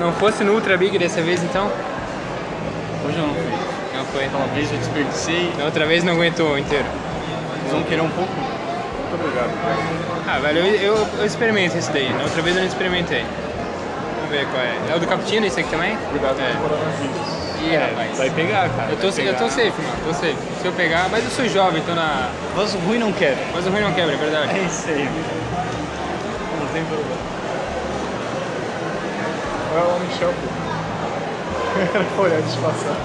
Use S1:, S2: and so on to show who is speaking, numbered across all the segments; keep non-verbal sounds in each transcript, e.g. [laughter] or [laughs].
S1: Não fosse no Ultra Big dessa vez então?
S2: Hoje eu não fui.
S1: Não foi.
S2: Aquela vez eu desperdicei,
S1: Da outra vez não aguentou inteiro.
S2: vocês vão querer um pouco? Muito obrigado.
S1: Ah, velho, eu, eu, eu experimento esse daí. Na outra vez eu não experimentei. Vamos ver qual é. É o do cappuccino esse aqui também?
S2: Obrigado
S1: É.
S2: por morar nas vidas.
S1: Ih, rapaz.
S2: Vai pegar, cara.
S1: Eu tô,
S2: vai
S1: eu tô
S2: pegar.
S1: safe, mano. Tô safe. Se eu pegar, mas eu sou jovem, tô na.
S2: Vaso ruim não quebra.
S1: Mas o ruim não quebra, é verdade.
S2: É isso aí. Não tem problema. Olha lá o Michel, pô. [laughs] Olhar disfarçado.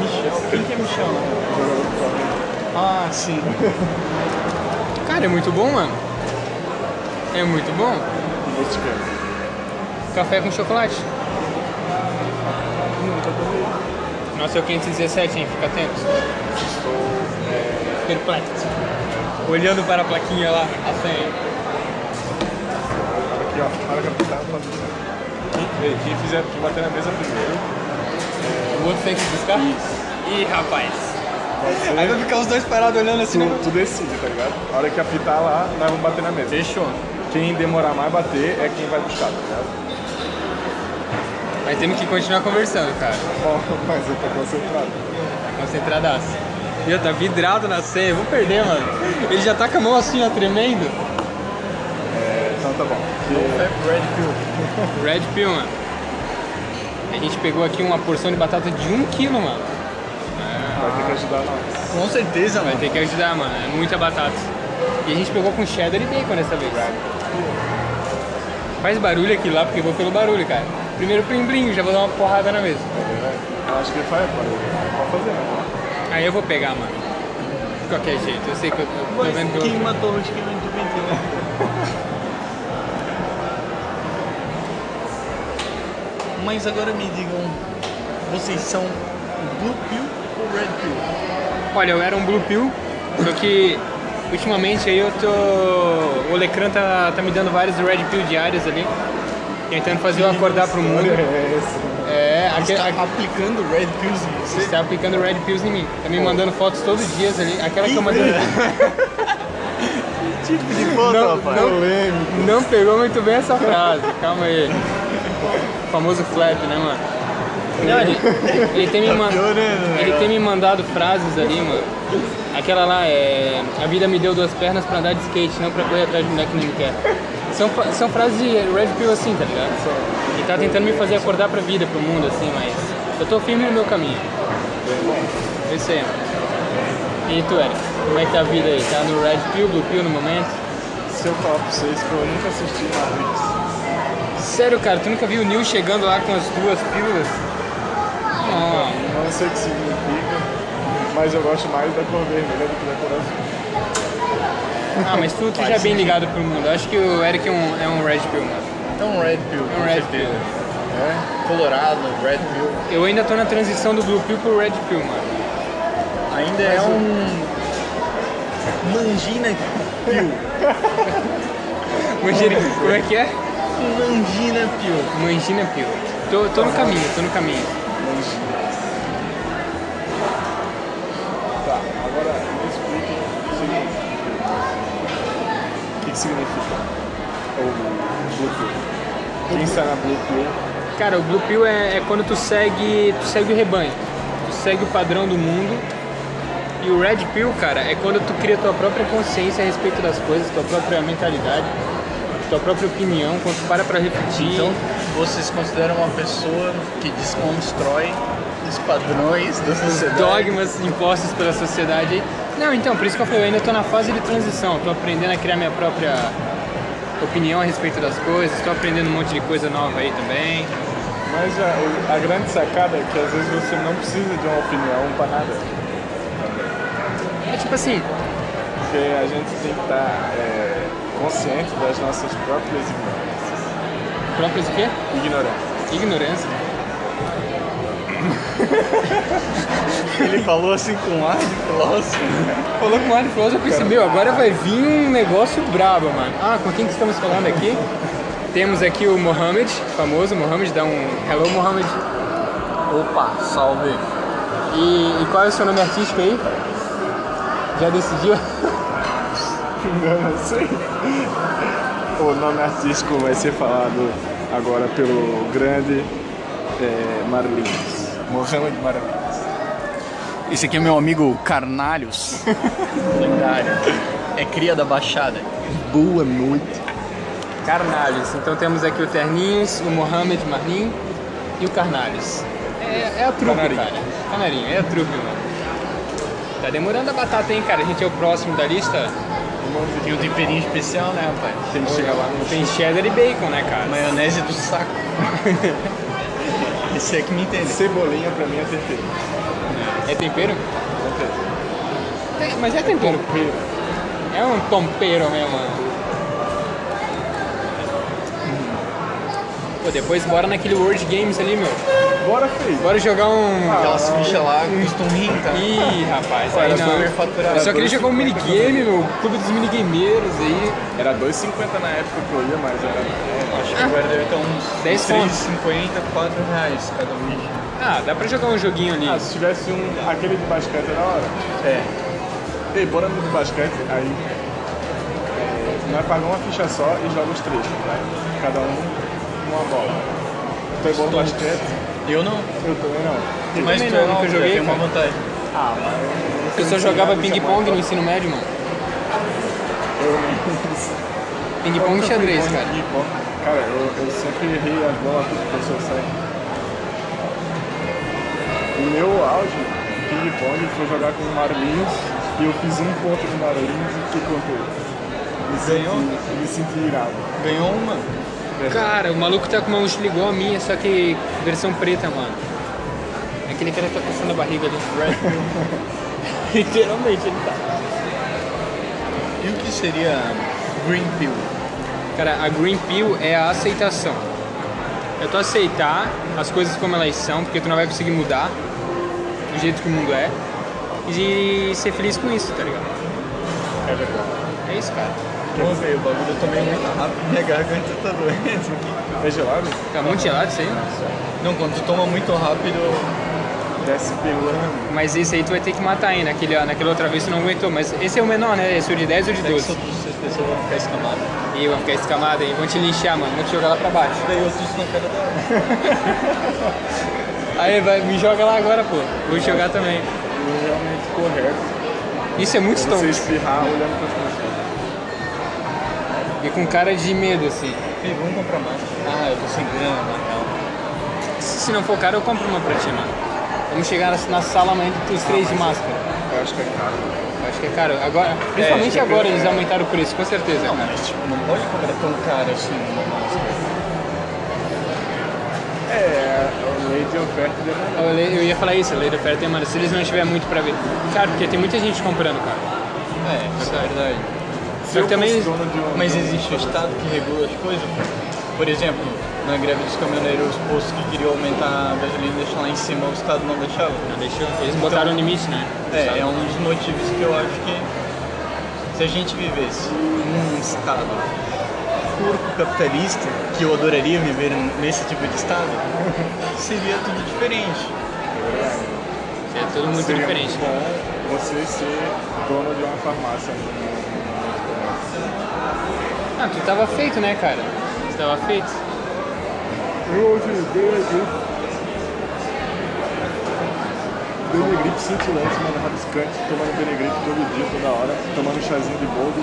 S2: Michel? Quem que é Michel, né? Ah, sim.
S1: Cara, é muito bom, mano. É muito bom.
S2: Gosto de quebra.
S1: Café com chocolate.
S2: Nunca tomei.
S1: Nossa, é o 517, hein? Fica atento.
S2: Estou... É...
S1: Perplexo. Olhando para a plaquinha lá, a senha.
S2: Aqui, ó. Para captar, pra avisar. Quem fizer, quem bater na mesa primeiro,
S1: O outro tem que buscar? Ih, rapaz.
S2: vai ser...
S1: Aí vai ficar os dois parados olhando assim, né?
S2: Tu, tu decide, tá ligado? A hora que apitar lá, nós vamos bater na mesa.
S1: Fechou.
S2: Quem demorar mais a bater é quem vai buscar, tá ligado?
S1: Mas temos que continuar conversando, cara.
S2: Ó, mas eu tô concentrado.
S1: Concentradaço. Ih, tá vidrado na ceia. Vou perder, mano. Ele já tá com a mão assim, ó, tremendo.
S2: Então tá bom. Red Pill.
S1: Red Pill, mano. A gente pegou aqui uma porção de batata de 1 kg, mano.
S2: Vai ter que ajudar nós.
S1: Com certeza, Vai ter que ajudar, mano. É muita batata. E a gente pegou com cheddar e bacon dessa vez. Faz barulho aqui lá, porque eu vou pelo barulho, cara. Primeiro plim plim, já vou dar uma porrada na mesa.
S2: Eu acho que ele faz, pode, pode fazer, né?
S1: Aí eu vou pegar, mano. De qualquer jeito, eu sei que eu tô, tô vendo que eu...
S3: Quem matou hoje que não né? entendeu? [laughs] Mas agora me digam, vocês são Blue Pill ou Red Pill?
S1: Olha, eu era um Blue Pill, só que ultimamente aí eu tô. O Lecran tá, tá me dando vários Red Pill diários ali, tentando fazer eu acordar pro
S2: Olha
S1: mundo.
S2: esse.
S1: É, aqui,
S2: tá-
S3: Está
S1: aqui,
S3: aplicando Red Pills em você?
S1: está aplicando Red Pills em mim. Tá me mandando fotos todos os dias ali. Aquela que eu mandei.
S3: Tipo de foto,
S1: Não,
S3: rapaz.
S1: não.
S2: Polêmico.
S1: Não pegou muito bem essa frase, calma aí. O famoso flap, né, mano? Não, ele, ele tem me man-
S3: piorando, né,
S1: ele
S3: cara?
S1: tem me mandado frases ali, mano. Aquela lá é. A vida me deu duas pernas pra andar de skate, não pra correr atrás de mulher que não me quer. São, fra- são frases de Red Pill assim, tá ligado? Ele tá tentando me fazer acordar pra vida, pro mundo, assim, mas. Eu tô firme no meu caminho. É Isso aí, mano. E tu, Eric? Como é que tá a vida aí? Tá no Red Pill, Blue Pill no momento?
S2: Se eu falar pra vocês que eu nunca assisti Matrix,
S1: Sério, cara, tu nunca viu o Neil chegando lá com as duas pílulas? Ah, Não.
S2: não sei o que significa, mas eu gosto mais da cor vermelha do que da cor azul.
S1: Ah, mas tu, tu já é bem ligado pro mundo. Acho que o Eric é um, é um Red Pill, mano.
S3: Então Red Pill,
S1: É um Red Pill.
S3: né? Colorado, Red Pill.
S1: Eu ainda tô na transição do Blue Pill pro Red Pill, mano.
S3: Ainda é um... Mangina Pill.
S1: Manjeri, como é que é?
S3: Mangina Pill.
S1: Mangina Pill. Tô, tô no caminho, tô no caminho.
S2: Tá, agora me explique o seguinte. O que, que significa É o Blue Pill? Quem está na Blue Pill?
S1: Cara, o Blue Pill é, é quando tu segue, tu segue o rebanho. Tu segue o padrão do mundo. E o Red Pill, cara, é quando tu cria tua própria consciência a respeito das coisas, tua própria mentalidade, tua própria opinião, quando tu para pra refletir.
S3: Então, vocês consideram uma pessoa que desconstrói os padrões da sociedade?
S1: dogmas impostos pela sociedade aí. Não, então, por isso que eu falei, eu ainda tô na fase de transição, tô aprendendo a criar minha própria opinião a respeito das coisas, tô aprendendo um monte de coisa nova aí também.
S2: Mas a, o- a grande sacada é que às vezes você não precisa de uma opinião pra nada.
S1: É tipo assim,
S2: Porque a gente tem que estar é, consciente das nossas próprias ignorâncias.
S1: próprios o quê?
S2: Ignorâncias.
S1: Ignorância.
S3: Ele falou assim com ar de filósofo.
S1: Falou com o Mário Flores, eu percebi, ó, agora vai vir um negócio brabo, mano. Ah, com quem que estamos falando aqui? Temos aqui o Mohamed, famoso Mohamed, dá um hello Mohamed.
S3: Opa, salve.
S1: E, e qual é o seu nome artístico aí? Já decidiu?
S2: Eu não sei. O nome artístico vai ser falado agora pelo grande é, Marlins.
S4: Mohamed Maravilhas. Esse aqui é meu amigo Carnalhos.
S3: Lendário. É cria da Baixada.
S2: Boa noite.
S1: Carnales. Então temos aqui o Terninhos, o Mohamed Marlin e o Carnales. É, é a trupe,
S2: Canarinho.
S1: cara. Canarinho, é a trupe, mano. Tá demorando a batata, hein, cara? A gente é o próximo da lista.
S3: E o temperinho especial, né, rapaz?
S2: Tem que chegar lá.
S1: Tem cheddar e bacon, né, cara?
S3: Maionese do [laughs] saco. Esse é que me entende.
S2: Cebolinha pra mim é tempero.
S1: É tempero? É, mas é tempero. É um tompeiro mesmo, mano. Pô, depois bora naquele World Games ali, meu.
S2: Bora, filho.
S1: Bora jogar um.
S3: Aquelas fichas lá custam rim, tá?
S1: Ih, rapaz,
S3: Era
S1: aí não.
S3: superfaturado.
S1: Eu só queria jogar um minigame, meu. Clube dos minigameiros aí.
S2: Era 2,50 na época que eu ia, mas era.
S3: Acho que agora deve estar uns
S1: 10 pontos.
S3: 50, 4 reais cada um.
S1: Ah, dá pra jogar um joguinho ali.
S2: Ah, se tivesse um. aquele de basquete era da hora.
S3: É.
S2: Ei, bora no de basquete, aí. é, Nós pagamos uma ficha só e joga os três, né? Cada um uma bola. Tu é bom no basquete?
S3: Eu não.
S2: Eu também não.
S3: Mas
S1: também
S3: tu
S1: não,
S3: é
S1: nunca
S3: nunca
S1: joguei,
S3: joguei. Tem uma
S1: cara.
S3: vantagem.
S2: Ah, mas.
S1: Eu só jogava ping-pong no ensino médio, mano.
S2: um
S1: Ping-pong e xadrez, cara.
S2: Cara, eu, eu sempre errei as bolas que o professor sai. O meu auge de ping-pong foi jogar com o Marlinhos e eu fiz um ponto do Marlinhos e que contou. Me
S3: Ganhou?
S2: senti, me senti irado.
S3: Ganhou uma.
S1: Cara, o maluco tá com uma mochila igual a minha, só que versão preta, mano. Aquele cara que tá coçando a barriga ali. [laughs] Literalmente ele tá.
S3: E o que seria Green Pill?
S1: Cara, a Green Pill é a aceitação. É tu aceitar as coisas como elas são, porque tu não vai conseguir mudar do jeito que o mundo é. E ser feliz com isso, tá ligado?
S2: É verdade.
S1: É isso, cara.
S3: Vamos ver, o bagulho eu tomei muito rápido, minha garganta tá doendo aqui.
S2: É gelado?
S1: Tá muito gelado isso aí?
S3: Não, quando tu toma muito rápido,
S2: Desce pelando.
S1: Mas esse aí tu vai ter que matar ainda. Naquele, naquela outra vez tu não aguentou. Mas esse é o menor, né? Esse é o de 10 ou de
S3: até que
S1: 12?
S3: outras pessoas vão ficar escamadas.
S1: Ih, vão ficar escamada aí. Vão te linchar, mano. Vão te jogar lá pra baixo.
S3: Daí eu susto na cara dela.
S1: Aí, vai, me joga lá agora, pô. Vou te jogar também.
S2: E realmente correto.
S1: Isso é muito
S2: Pra Você
S1: stonks.
S2: espirrar olhando para as pessoas.
S1: E com cara de medo, assim.
S3: Ei, vamos comprar mais.
S1: Ah, eu tô sem grana, na real. Se se não for caro, eu compro uma pra ti, mano. Vamos chegar na, na sala amanhã dos
S2: Ah,
S1: três de máscara.
S2: Eu acho que é caro.
S1: Eu acho que é caro. Agora, principalmente
S2: acho que é
S1: agora,
S2: caro.
S1: eles aumentaram o preço, com certeza,
S3: Não,
S1: cara.
S3: mas tipo, não pode comprar tão caro assim uma máscara.
S2: É, a lei de oferta e demanda.
S1: Eu, le- eu ia falar isso, a lei da oferta e demanda. Se eles não tiverem muito pra ver. Cara, porque tem muita gente comprando, cara.
S3: É, isso é verdade.
S1: Só que também.
S2: fosse dono de um-
S3: Mas existe o Estado que regula as coisas? Por exemplo, na greve dos caminhoneiros, os postos que queriam aumentar a gasolina e deixar lá em cima, o Estado não deixava.
S1: Não, deixou. Eles botaram um limite, né?
S3: É,
S1: Sabe?
S3: é um dos motivos que eu acho que se a gente vivesse num Estado puro capitalista, que eu adoraria viver nesse tipo de Estado, [laughs] seria tudo diferente.
S1: É tudo muito
S2: Seria
S1: diferente.
S2: bom você ser dono de uma farmácia. né?
S1: Ah, tu tava feito, né, cara? Tu tava feito.
S2: Hoje veio Benegripe cintilante, mano, rabiscante, tomando Benegripe todo dia, toda hora, tomando chazinho de boldo.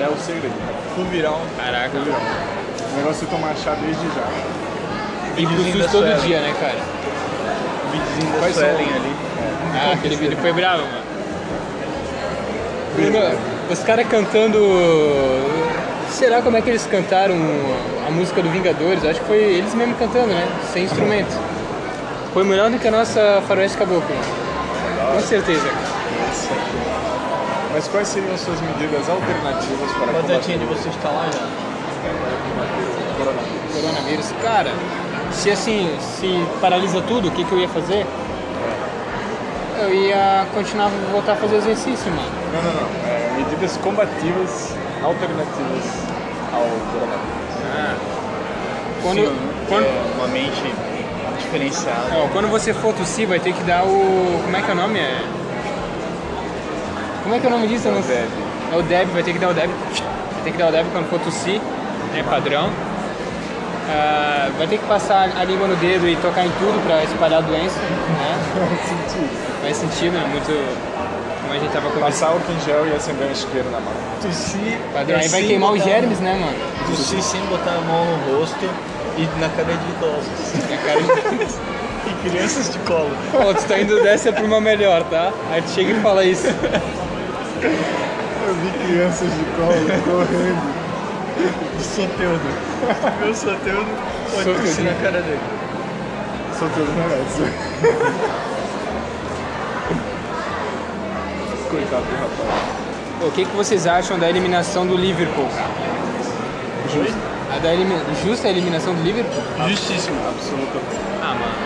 S2: É o segredo.
S3: Full viral,
S1: Caraca.
S2: entendeu? O negócio é tomar chá desde já.
S1: E pro
S3: Videozinho da
S1: SUS todo
S3: Suelen.
S1: dia, né, cara?
S3: o videozinho da
S2: Quais são?
S3: Suelen ali.
S1: Ah,
S3: [laughs]
S1: aquele vídeo foi bravo, mano. Mano, os caras cantando. Será como é que eles cantaram a música do Vingadores? Acho que foi eles mesmos cantando, né? Sem instrumento. Foi melhor do que a nossa Faroeste Caboclo. né? Com certeza.
S2: Mas quais seriam suas medidas alternativas para
S3: Batatinha
S2: combater
S3: de vocês tá lá já.
S2: o coronavírus?
S1: Coronavírus. Cara, se assim, se paralisa tudo, o que, que eu ia fazer? Eu ia continuar, voltar a fazer exercício, mano.
S2: Não, não, não. É, medidas combativas, alternativas ao coronavírus.
S1: Quando,
S3: Ah, Sim,
S1: quando,
S3: é uma mente diferenciada.
S1: Ó, quando você for tossir, vai ter que dar o. Como é que é o nome? É... Como é que é o nome disso? Eu não sei.
S2: Deve.
S1: É o Deb, vai ter que dar o Deb. Vai ter que dar o Deb quando for tossir, é padrão. ah, vai ter que passar a língua no dedo e tocar em tudo para espalhar a doença, [laughs] né?
S2: Sentido.
S1: Faz sentido, é muito. Como a gente tava conversando.
S2: Passar álcool em gel e acender um isqueiro na mão.
S3: Tossir.
S1: Padrão, aí vai
S3: sem
S1: queimar os
S3: botar-
S1: germes, né, [laughs] mano?
S3: Tossir sem botar a mão no rosto e na cara de idosos.
S1: Na cara de...
S3: E [laughs] crianças de colo.
S1: Ó, tu tá indo dessa pra uma melhor, tá? Aí tu chega e fala isso.
S2: Eu vi crianças de colo correndo.
S3: Do Soteudo. Meu Soteudo pode
S1: Soteudo.
S3: tossir na cara dele.
S2: Só que eu não merece. Coitado do rapaz.
S1: Pô, O que, que vocês acham da eliminação do Liverpool?
S2: Justo.
S1: A da elimi... Justa a eliminação do Liverpool?
S3: Justíssimo.
S2: Absoluta.
S1: Ah, mano.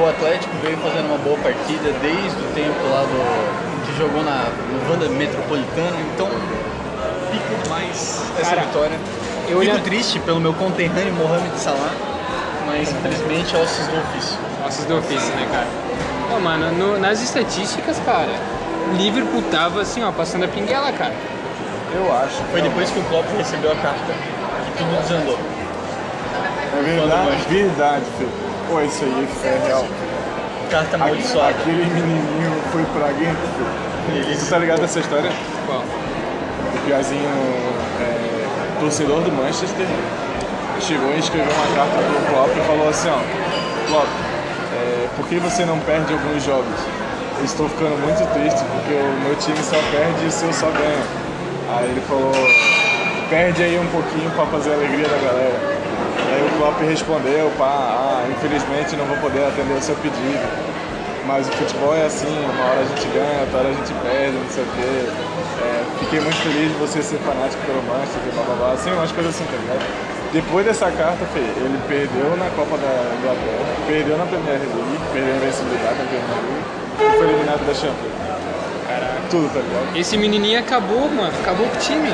S3: O Atlético veio fazendo uma boa partida desde o tempo lá do. que jogou na, no Wanda Metropolitano, então fico mais essa
S1: Cara,
S3: vitória.
S1: eu
S3: Eu fico
S1: olha-
S3: triste pelo meu conterrâneo Mohamed Salah, mas infelizmente é ossos do ofício.
S1: Nossos do ofício, né, cara? Não, mano, no- nas estatísticas, cara, Liverpool tava assim, ó, passando a pinguela, cara.
S2: Eu acho.
S3: Foi depois que o Klopp recebeu a carta que tudo desandou.
S2: É verdade.
S3: Quando
S2: Verdade, filho. Pô, isso aí é real.
S3: Carta amaldiçoada.
S2: Aquele menininho foi pra guerra, filho.
S3: Ele
S2: Tu tá ligado nessa história?
S1: Bom,
S2: O Piazinho, é, torcedor do Manchester, chegou e escreveu uma carta pro Klopp e falou assim, ó, Klopp, é, por que você não perde alguns jogos? Eu estou ficando muito triste porque o meu time só perde e o seu só ganha. Aí ele falou, perde aí um pouquinho pra fazer a alegria da galera. E aí o Klopp respondeu, pá, ah, infelizmente não vou poder atender o seu pedido. Mas o futebol é assim, uma hora a gente ganha, outra hora a gente perde, não sei o quê. É, fiquei muito feliz de você ser fanático pelo Manchester, blá blá blá, assim, umas coisas assim, tá ligado? Depois dessa carta, Fê, ele perdeu na Copa da Inglaterra, perdeu na Premier League, perdeu a invencibilidade na Premier League e foi eliminado da Champions.
S1: caraca.
S2: Tudo, tá ligado?
S1: Esse menininho acabou, mano. Acabou com o time.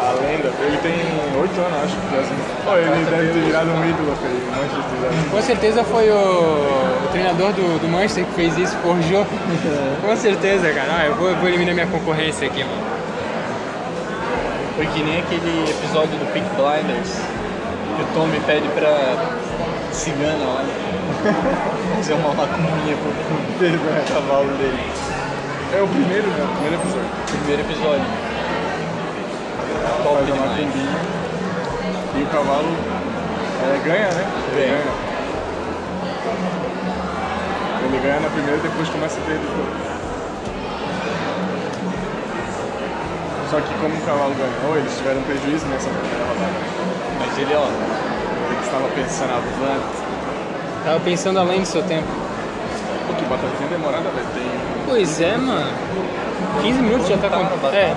S2: A lenda, ele tem 8 anos, acho, que assim. Ó, ele deve ter virado um ídolo, Fê, em Manchester. né?
S1: Com certeza foi o, o treinador do, do Manchester que fez isso, forjou. Com certeza, cara. Ah, eu vou, eu vou eliminar minha concorrência aqui, mano.
S3: Foi que nem aquele episódio do Pink Blinders que o Tommy pede pra cigana lá [laughs] fazer uma lacuninha pro pro [laughs] cavalo dele.
S2: É o primeiro, né? O primeiro episódio.
S3: Primeiro episódio. Top
S2: Faz uma
S3: demais.
S2: combinha. E o cavalo é, ganha, né? Ele
S3: Ganha.
S2: Ele ganha na primeira e depois começa a perder tudo. Só que como o cavalo ganhou, eles tiveram prejuízo nessa primeira rodada.
S3: Mas ele, ó,
S2: Eles estavam pensando ah, avanço.
S1: Tava pensando além do seu tempo.
S2: Pô, que batata tem um demorada, velho. Tem um
S1: Pois é, mano. 15 minutos já tá
S3: Plantaram
S1: com.
S3: batata.
S1: É.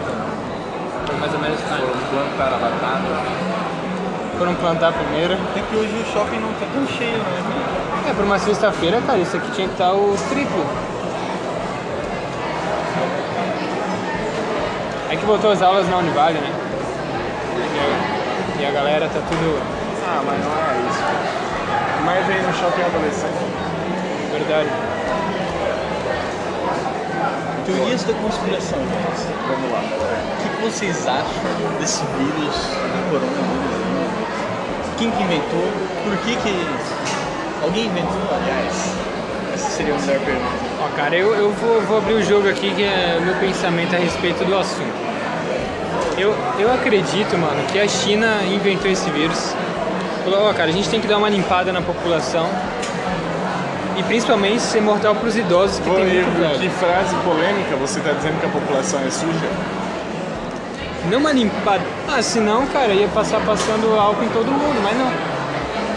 S1: Foi mais ou menos né? time.
S2: plantar a batata.
S1: Foram plantar primeiro.
S3: é que hoje o shopping não tá tão cheio, né?
S1: É, pra uma sexta-feira, cara, isso aqui tinha que estar o triplo. É que botou as aulas na Univale, né? E a, e a galera tá tudo.
S2: Ah, mas não é isso. Mas aí no shopping adolescente.
S1: Verdade.
S3: Teorias da conspiração, gente.
S2: Vamos lá.
S3: O que que vocês acham desse vírus do coronavírus? né? Quem que inventou? Por que que... Alguém inventou, aliás? Essa seria a melhor pergunta.
S1: Ó, cara, eu, eu vou, vou abrir o jogo aqui, que é o meu pensamento a respeito do assunto. Eu, eu acredito, mano, que a China inventou esse vírus. Falou, ó, cara, a gente tem que dar uma limpada na população. E principalmente ser mortal pros idosos que
S2: Ô,
S1: tem muito
S2: Igor,
S1: velho.
S2: que frase polêmica, você tá dizendo que a população é suja?
S1: Não uma limpada. Ah, senão, cara, ia passar passando álcool em todo mundo, mas não.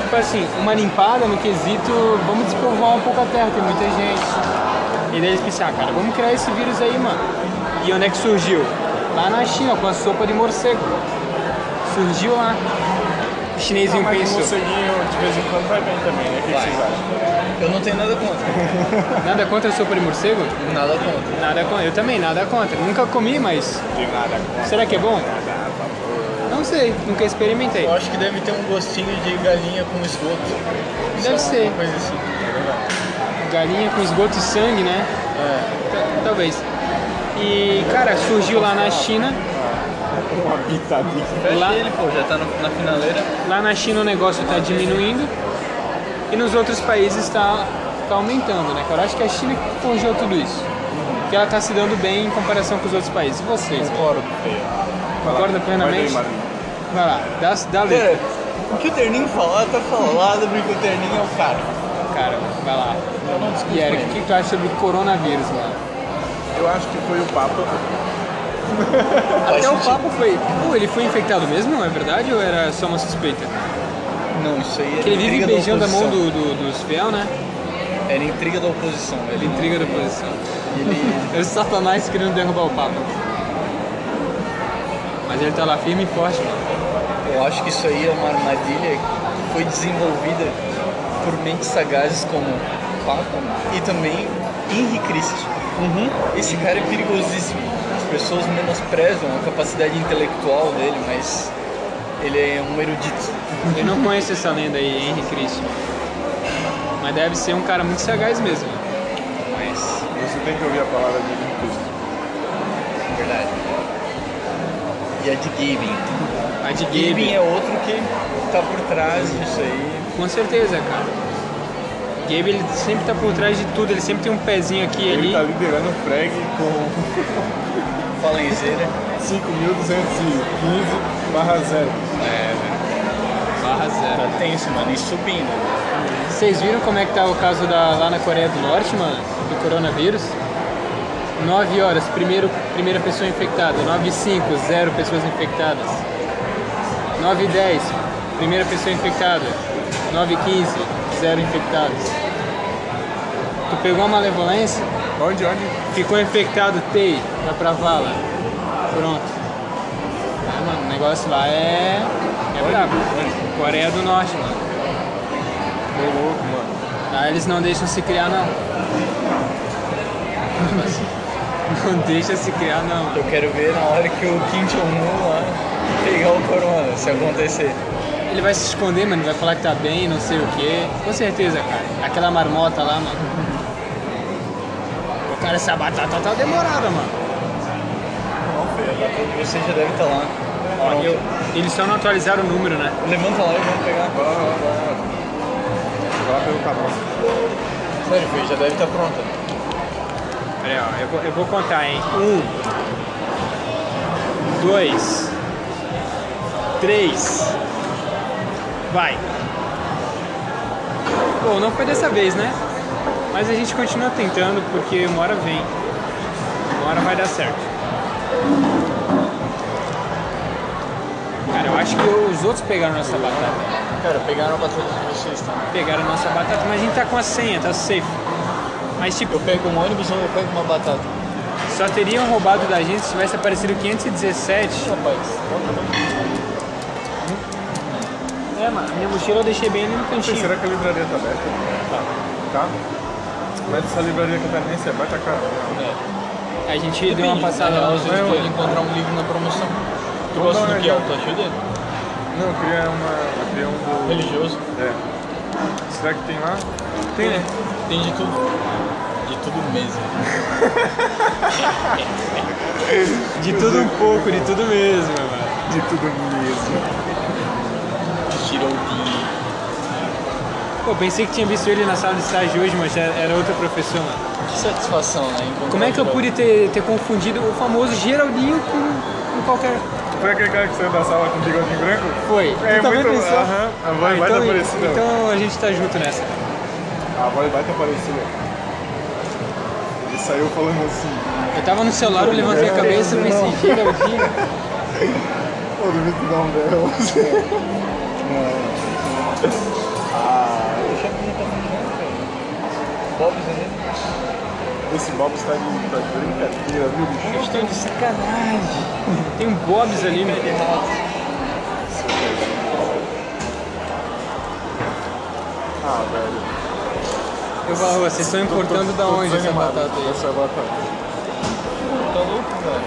S1: Tipo assim, uma limpada no quesito, vamos despovoar um pouco a terra, tem muita gente. E daí eles pensaram, ah, cara, vamos criar esse vírus aí, mano. E onde é que surgiu? Lá na China, com a sopa de morcego. Surgiu lá. O
S2: Ah,
S1: chinesinho
S2: mas o
S1: pensou,
S2: morceguinho de vez em quando vai bem também, né? O que, que
S3: Vai.
S2: vocês acham?
S3: Eu não tenho nada contra.
S1: nada contra a sopa de morcego?
S3: Nada contra.
S1: Nada contra. Eu também, nada contra. Nunca comi, mas
S2: De nada contra.
S1: será que é bom? Não sei, nunca experimentei.
S3: Eu acho que deve ter um gostinho de galinha com esgoto.
S1: Deve
S3: Só
S1: ser.
S3: Uma coisa assim.
S1: Galinha com esgoto e sangue, né?
S3: É.
S1: Tal- Talvez. E, cara, surgiu lá na China.
S2: Uma bitadinha.
S3: Fecha
S1: Lá-
S3: ele, pô, já tá no- na finaleira.
S1: Lá na China o negócio está diminuindo e nos outros países está tá aumentando, né, cara? Eu acho que a China que forjou tudo isso. Que ela está se dando bem em comparação com os outros países. E vocês, cara?
S2: Concordo.
S1: Concorda plenamente?
S2: Vai daí, Marinho.
S1: Vai lá, dá, dá a letra,
S3: É, o que o Terninho falar tá falado, porque o Terninho é o cara.
S1: cara. Vai lá.
S3: Eu não discuto
S1: E
S3: com
S1: Eric, o
S3: ele.
S1: que que tu acha sobre coronavírus, mano?
S2: Eu acho que foi o Papa.
S1: Até o
S3: sentido.
S1: papo foi. Pô, ele foi infectado mesmo, é verdade? Ou era só uma suspeita?
S3: Não, isso aí
S1: Porque
S3: era
S1: ele vive
S3: intriga da
S1: beijando a mão
S3: oposição.
S1: do, do, dos fiel, né?
S3: Era intriga da oposição. Ele,
S1: Intriga da oposição.
S3: ele
S1: É o Satanás querendo derrubar o Papa. Mas ele tá lá firme e forte, mano.
S3: Eu acho que isso aí é uma armadilha que foi desenvolvida por mentes sagazes como Papa e também Henri Cristo.
S1: Uhum.
S3: Esse cara é perigosíssimo. As pessoas menosprezam a capacidade intelectual dele, mas ele é um erudito.
S1: Eu não conheço essa lenda aí, Henry Cristo. Mas deve ser um cara muito sagaz mesmo.
S3: Mas,
S2: Você tem que ouvir a palavra de Cristo.
S3: na é verdade. E a de Gabin.
S1: A de
S3: Gabin
S1: Gabe.
S3: é outro que tá por trás disso aí.
S1: Com certeza, cara. Gabe ele sempre tá por trás de tudo, ele sempre tem um pezinho aqui e
S2: Ele
S1: ali.
S2: tá liderando o frag com
S3: Falenzeira.
S2: 5.215 barra 0.
S1: Barra zero.
S3: Tá tenso, mano. E subindo.
S1: Vocês viram como é que tá o caso da, lá na Coreia do Norte, mano? Do coronavírus? 9 horas, primeiro, primeira pessoa infectada. 9 e 5, zero pessoas infectadas. 9 e 10, primeira pessoa infectada. 9 e 15, zero infectados. Tu pegou uma malevolência,
S2: Onde, onde?
S1: ficou infectado, TEI, vai pra vala. Pronto. Ah, mano, o negócio lá é... É brabo. Coreia do Norte, mano.
S2: Meu louco, mano.
S1: Ah, eles não deixam se criar, não. [laughs] Não deixa se criar, não.
S3: Eu quero ver na hora que o Kim Jong-un lá pegar o corona, se acontecer.
S1: Ele vai se esconder, mano. Vai falar que tá bem, não sei o quê. Com certeza, cara. Aquela marmota lá, mano. O cara, essa batata tá demorada, mano.
S3: tá Você já deve estar lá. Ah,
S1: Eu- Eles só não atualizaram o número, né?
S3: Levanta lá e vamos pegar.
S2: Vai lá, vai lá, vai lá. Vai lá pelo canal.
S3: Sério, filho, já deve estar pronta.
S1: Peraí, ó. Eu vou, eu vou contar, hein? Um. Dois. Três. Vai. Bom, não foi dessa vez, né? Mas a gente continua tentando porque uma hora vem. Uma hora vai dar certo. Cara, eu acho que os outros pegaram nossa batata.
S3: Cara, pegaram a batalha de vocês, tá?
S1: Pegaram nossa batata, mas a gente tá com a senha, tá safe. Mas tipo,
S3: Eu pego um ônibus ou eu pego uma batata.
S1: Só teriam roubado da gente se tivesse aparecido 517.
S3: Rapaz,
S1: É, mano, minha mochila eu deixei bem ali no
S2: Pô,
S1: cantinho.
S2: Será que a livraria tá aberta? Tá. Tá? Mas essa livraria catarinense é baixa cara.
S1: A gente deu uma passada lá.
S3: lá, se
S2: Não,
S3: pode encontrar um livro na promoção. Tu
S2: Vamos
S3: gosta
S2: dar uma
S3: do que é?
S2: olhada.
S3: Tu ajuda?
S2: Não, eu queria uma. Eu queria um do.
S3: Religioso.
S2: É. Será que tem lá?
S3: Tem, né? Tem de tudo. De tudo mesmo.
S1: De tudo um pouco, de tudo mesmo, mano.
S2: De tudo mesmo.
S3: De giroudinho.
S1: Pô, pensei que tinha visto ele na sala de estágio hoje, mas era- era outro professor, mano.
S3: Que satisfação, né? Encontrar
S1: Como é que eu
S3: o Giroudinho.
S1: pude ter, ter confundido o famoso Geraldinho com, com qualquer.
S2: Foi aquele cara que saiu da sala com bigodinho branco?
S1: Foi.
S2: É
S1: Tu também
S2: muito.
S1: pensou?
S2: Aham, a
S1: Ah,
S2: voz vai
S1: então,
S2: tá parecida.
S1: então a gente tá junto nessa.
S2: A voz vai tá parecida. Ele saiu falando assim.
S1: Eu tava no celular, eu levantei a cabeça e pensei, Geraldinho.
S2: Ô, do Vitor Dom
S3: [laughs]
S2: Bell.
S3: Ah, né, Bob, né?
S2: Esse Bob está de, tá de brincadeira, viu, bicho?
S3: Questão de sacanagem.
S1: Tem um Bob's ali, mano.
S2: Ah, velho.
S1: Eu falo, vocês estão importando da
S2: Tô
S1: onde essa
S2: desanimado
S1: batata
S2: com
S1: aí?
S2: Essa é batata.
S3: é Tá louco, velho?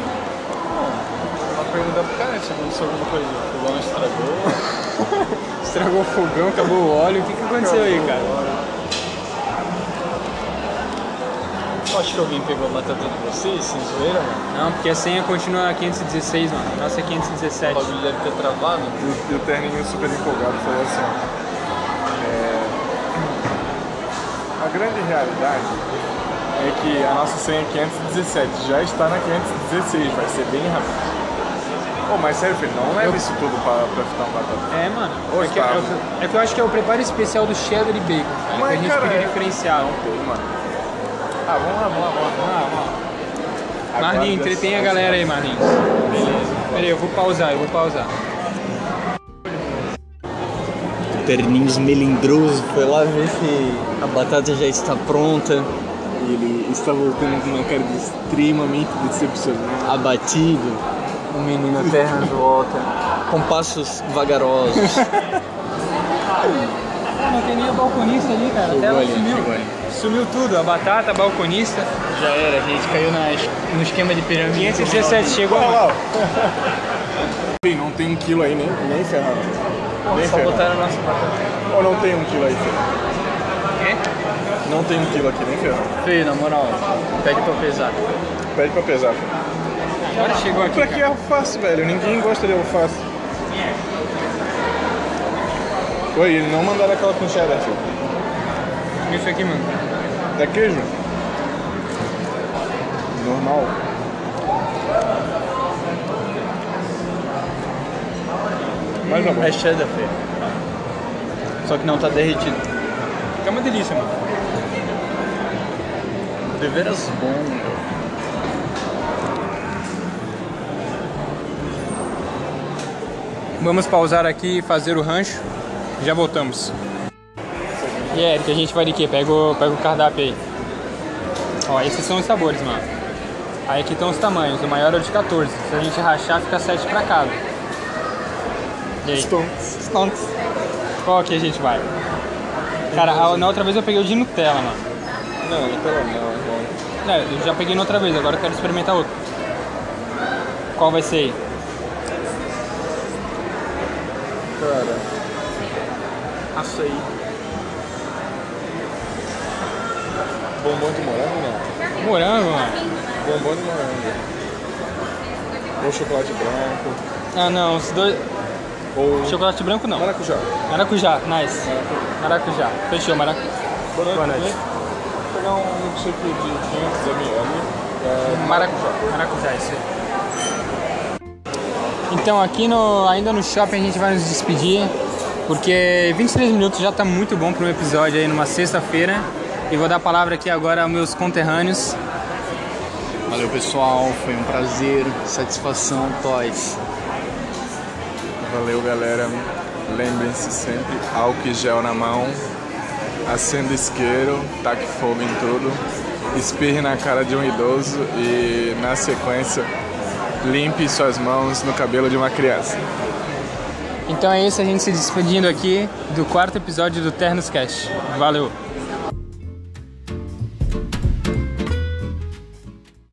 S3: Não, uma pergunta pro cara se aconteceu alguma coisa. O balão estragou.
S1: Estragou o fogão, acabou o óleo. O que, que aconteceu aí, cara?
S3: acho que alguém pegou a matando de vocês, sem zoeira, mano.
S1: Não, porque a senha continua 516, mano. A Nossa é
S3: O
S1: 517.
S3: bagulho deve ter travado.
S2: E o, e o Terninho super empolgado falou assim, ó, é, [clears throat] a grande realidade é que a nossa senha 517 já está na 516, vai ser bem rápido. Ô, mas sério, filho, não leva isso tudo pra, pra fritar um batata.
S1: É, mano.
S2: Ô,
S1: é, que, é,
S2: Gustavo.
S1: o que- é que eu acho que é o preparo especial do cheddar e bacon. Cara,
S2: Mas,
S1: que a gente
S2: cara,
S1: fica
S2: é-
S1: diferenciado.
S2: Mano. Ah, vamos lá, vamos lá, vamos lá. Aguarde
S1: Marlinhos,
S2: as-
S1: entretém a
S2: as-
S1: galera aí, Marlinhos. Peraí, eu vou pausar, eu vou pausar.
S3: Terninhos melindroso foi lá ver se a batata já está pronta,
S2: E ele está voltando com uma cara de extremamente decepcionante.
S3: abatido. O menino Ternas volta com passos vagarosos.
S1: Não tem nem a balconista ali, cara. Até ela sumiu. Sumiu tudo, a batata, a balconista.
S3: Já era, a gente caiu no esquema de pirâmide.
S1: 517 chegou.
S2: Olha
S1: mano.
S2: [laughs] lá. ó. Bem, não tem um quilo aí, nem, nem ferrando. Nem
S3: Só
S2: ferrando.
S3: botaram a nossa batata.
S2: Ou não tem um quilo aí, ferrando?
S1: É?
S2: Não tem um quilo aqui, nem ferrando.
S3: Feio, na moral. Pede pra pesar.
S2: Pede pra pesar, filho.
S1: Agora chegou aqui.
S2: Pra que alface, velho? Ninguém gosta de alface. Oi, ele não mandaram aquela com cheddar, filho.
S1: cara. Isso aqui, mano.
S2: É queijo? Normal. Mas tá bom.
S3: É cheddar, feio. Só que não tá derretido.
S1: É uma delícia, mano.
S3: Deveras bom, meu.
S1: Vamos pausar aqui e fazer o rancho. Já voltamos. E é, que a gente vai de quê? Pega o, pega o cardápio aí. Ó, esses são os sabores, mano. Aí aqui estão os tamanhos. O maior é o de 14. Se a gente rachar, fica 7 pra cada. E aí?
S2: Stonks.
S1: Qual que a gente vai? Cara, a- na outra vez eu peguei o de Nutella, mano.
S2: Não, não pelo não.
S1: É, eu já peguei na outra vez, agora eu quero experimentar outro. Qual vai ser aí?
S2: Cara,
S3: Açaí.
S2: bombom de morango não.
S1: Morango, mano.
S2: Bombom de morango. Ou chocolate branco.
S1: Ah, não, os dois.
S2: Ou
S1: Chocolate branco não.
S2: maracujá.
S1: Maracujá, nice. Maracujá. Fechou, maracujá.
S2: Boa
S1: noite.
S2: Vou pegar um milkshake de 500ml.
S1: Maracujá. Maracujá, isso aí. Então, aqui no, ainda no shopping a gente vai nos despedir, porque 23 minutos já tá muito bom para um episódio aí numa sexta-feira. E vou dar a palavra aqui agora aos meus conterrâneos.
S3: Valeu, pessoal. Foi um prazer. Satisfação, Toys.
S2: Valeu, galera. Lembrem-se sempre, álcool e gel na mão, acenda isqueiro, taque fogo em tudo, espirre na cara de um idoso e, na sequência, limpe suas mãos no cabelo de uma criança.
S1: Então é isso, a gente se despedindo aqui do quarto episódio do Ternos Cast. Valeu!